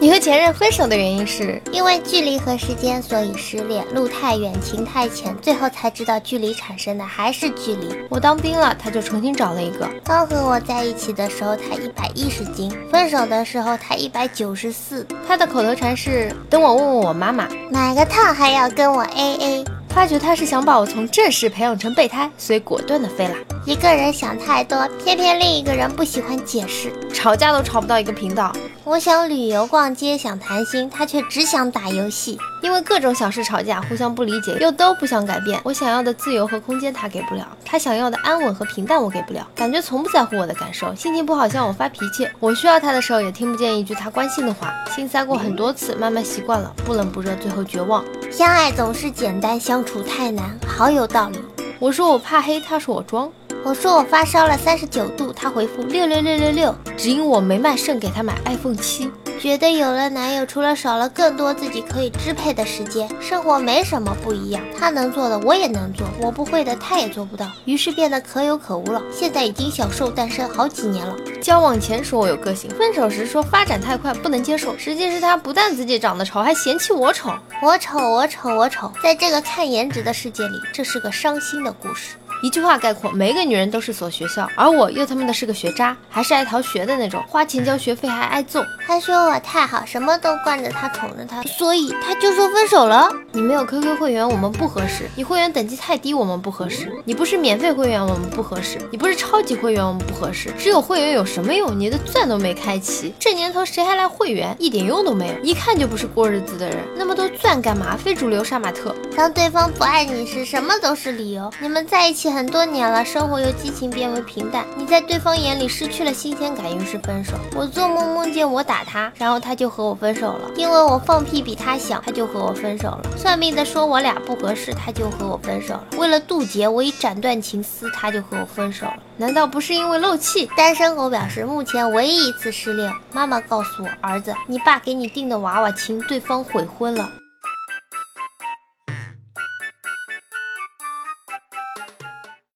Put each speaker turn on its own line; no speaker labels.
你和前任分手的原因是？
因为距离和时间，所以失恋。路太远，情太浅，最后才知道距离产生的还是距离。
我当兵了，他就重新找了一个。
刚和我在一起的时候，他一百一十斤；分手的时候，他一百九十四。
他的口头禅是：等我问问我妈妈。
买个套还要跟我 A A。
发觉他是想把我从正式培养成备胎，所以果断的飞啦。
一个人想太多，偏偏另一个人不喜欢解释。
吵架都吵不到一个频道。
我想旅游、逛街，想谈心，他却只想打游戏。
因为各种小事吵架，互相不理解，又都不想改变。我想要的自由和空间他给不了，他想要的安稳和平淡我给不了。感觉从不在乎我的感受，心情不好向我发脾气。我需要他的时候也听不见一句他关心的话。心塞过很多次，慢慢习惯了，不冷不热，最后绝望。
相爱总是简单，相处太难，好有道理。
我说我怕黑，他说我装。
我说我发烧了三十九度，他回复六六六六六，
只因我没卖肾给他买 iPhone 七。
觉得有了男友，除了少了更多自己可以支配的时间，生活没什么不一样。他能做的我也能做，我不会的他也做不到，于是变得可有可无了。现在已经小受单身好几年了。
交往前说我有个性，分手时说发展太快不能接受，实际是他不但自己长得丑，还嫌弃我丑。
我丑，我丑，我丑。在这个看颜值的世界里，这是个伤心的故事。
一句话概括，每个女人都是所学校，而我又他妈的是个学渣，还是爱逃学的那种，花钱交学费还挨揍。
他说我太好，什么都惯着他，宠着他，所以他就说分手了。
你没有 QQ 会员，我们不合适；你会员等级太低，我们不合适；你不是免费会员，我们不合适；你不是超级会员，我们不合适。只有会员有什么用？你的钻都没开启，这年头谁还来会员？一点用都没有，一看就不是过日子的人。那么多钻干嘛？非主流杀马特。
当对方不爱你时，什么都是理由。你们在一起。很多年了，生活由激情变为平淡。你在对方眼里失去了新鲜感，于是分手。我做梦梦见我打他，然后他就和我分手了，因为我放屁比他响，他就和我分手了。算命的说我俩不合适，他就和我分手了。为了渡劫，我已斩断情丝，他就和我分手了。
难道不是因为漏气？
单身狗表示，目前唯一一次失恋。妈妈告诉我，儿子，你爸给你订的娃娃亲，对方悔婚了。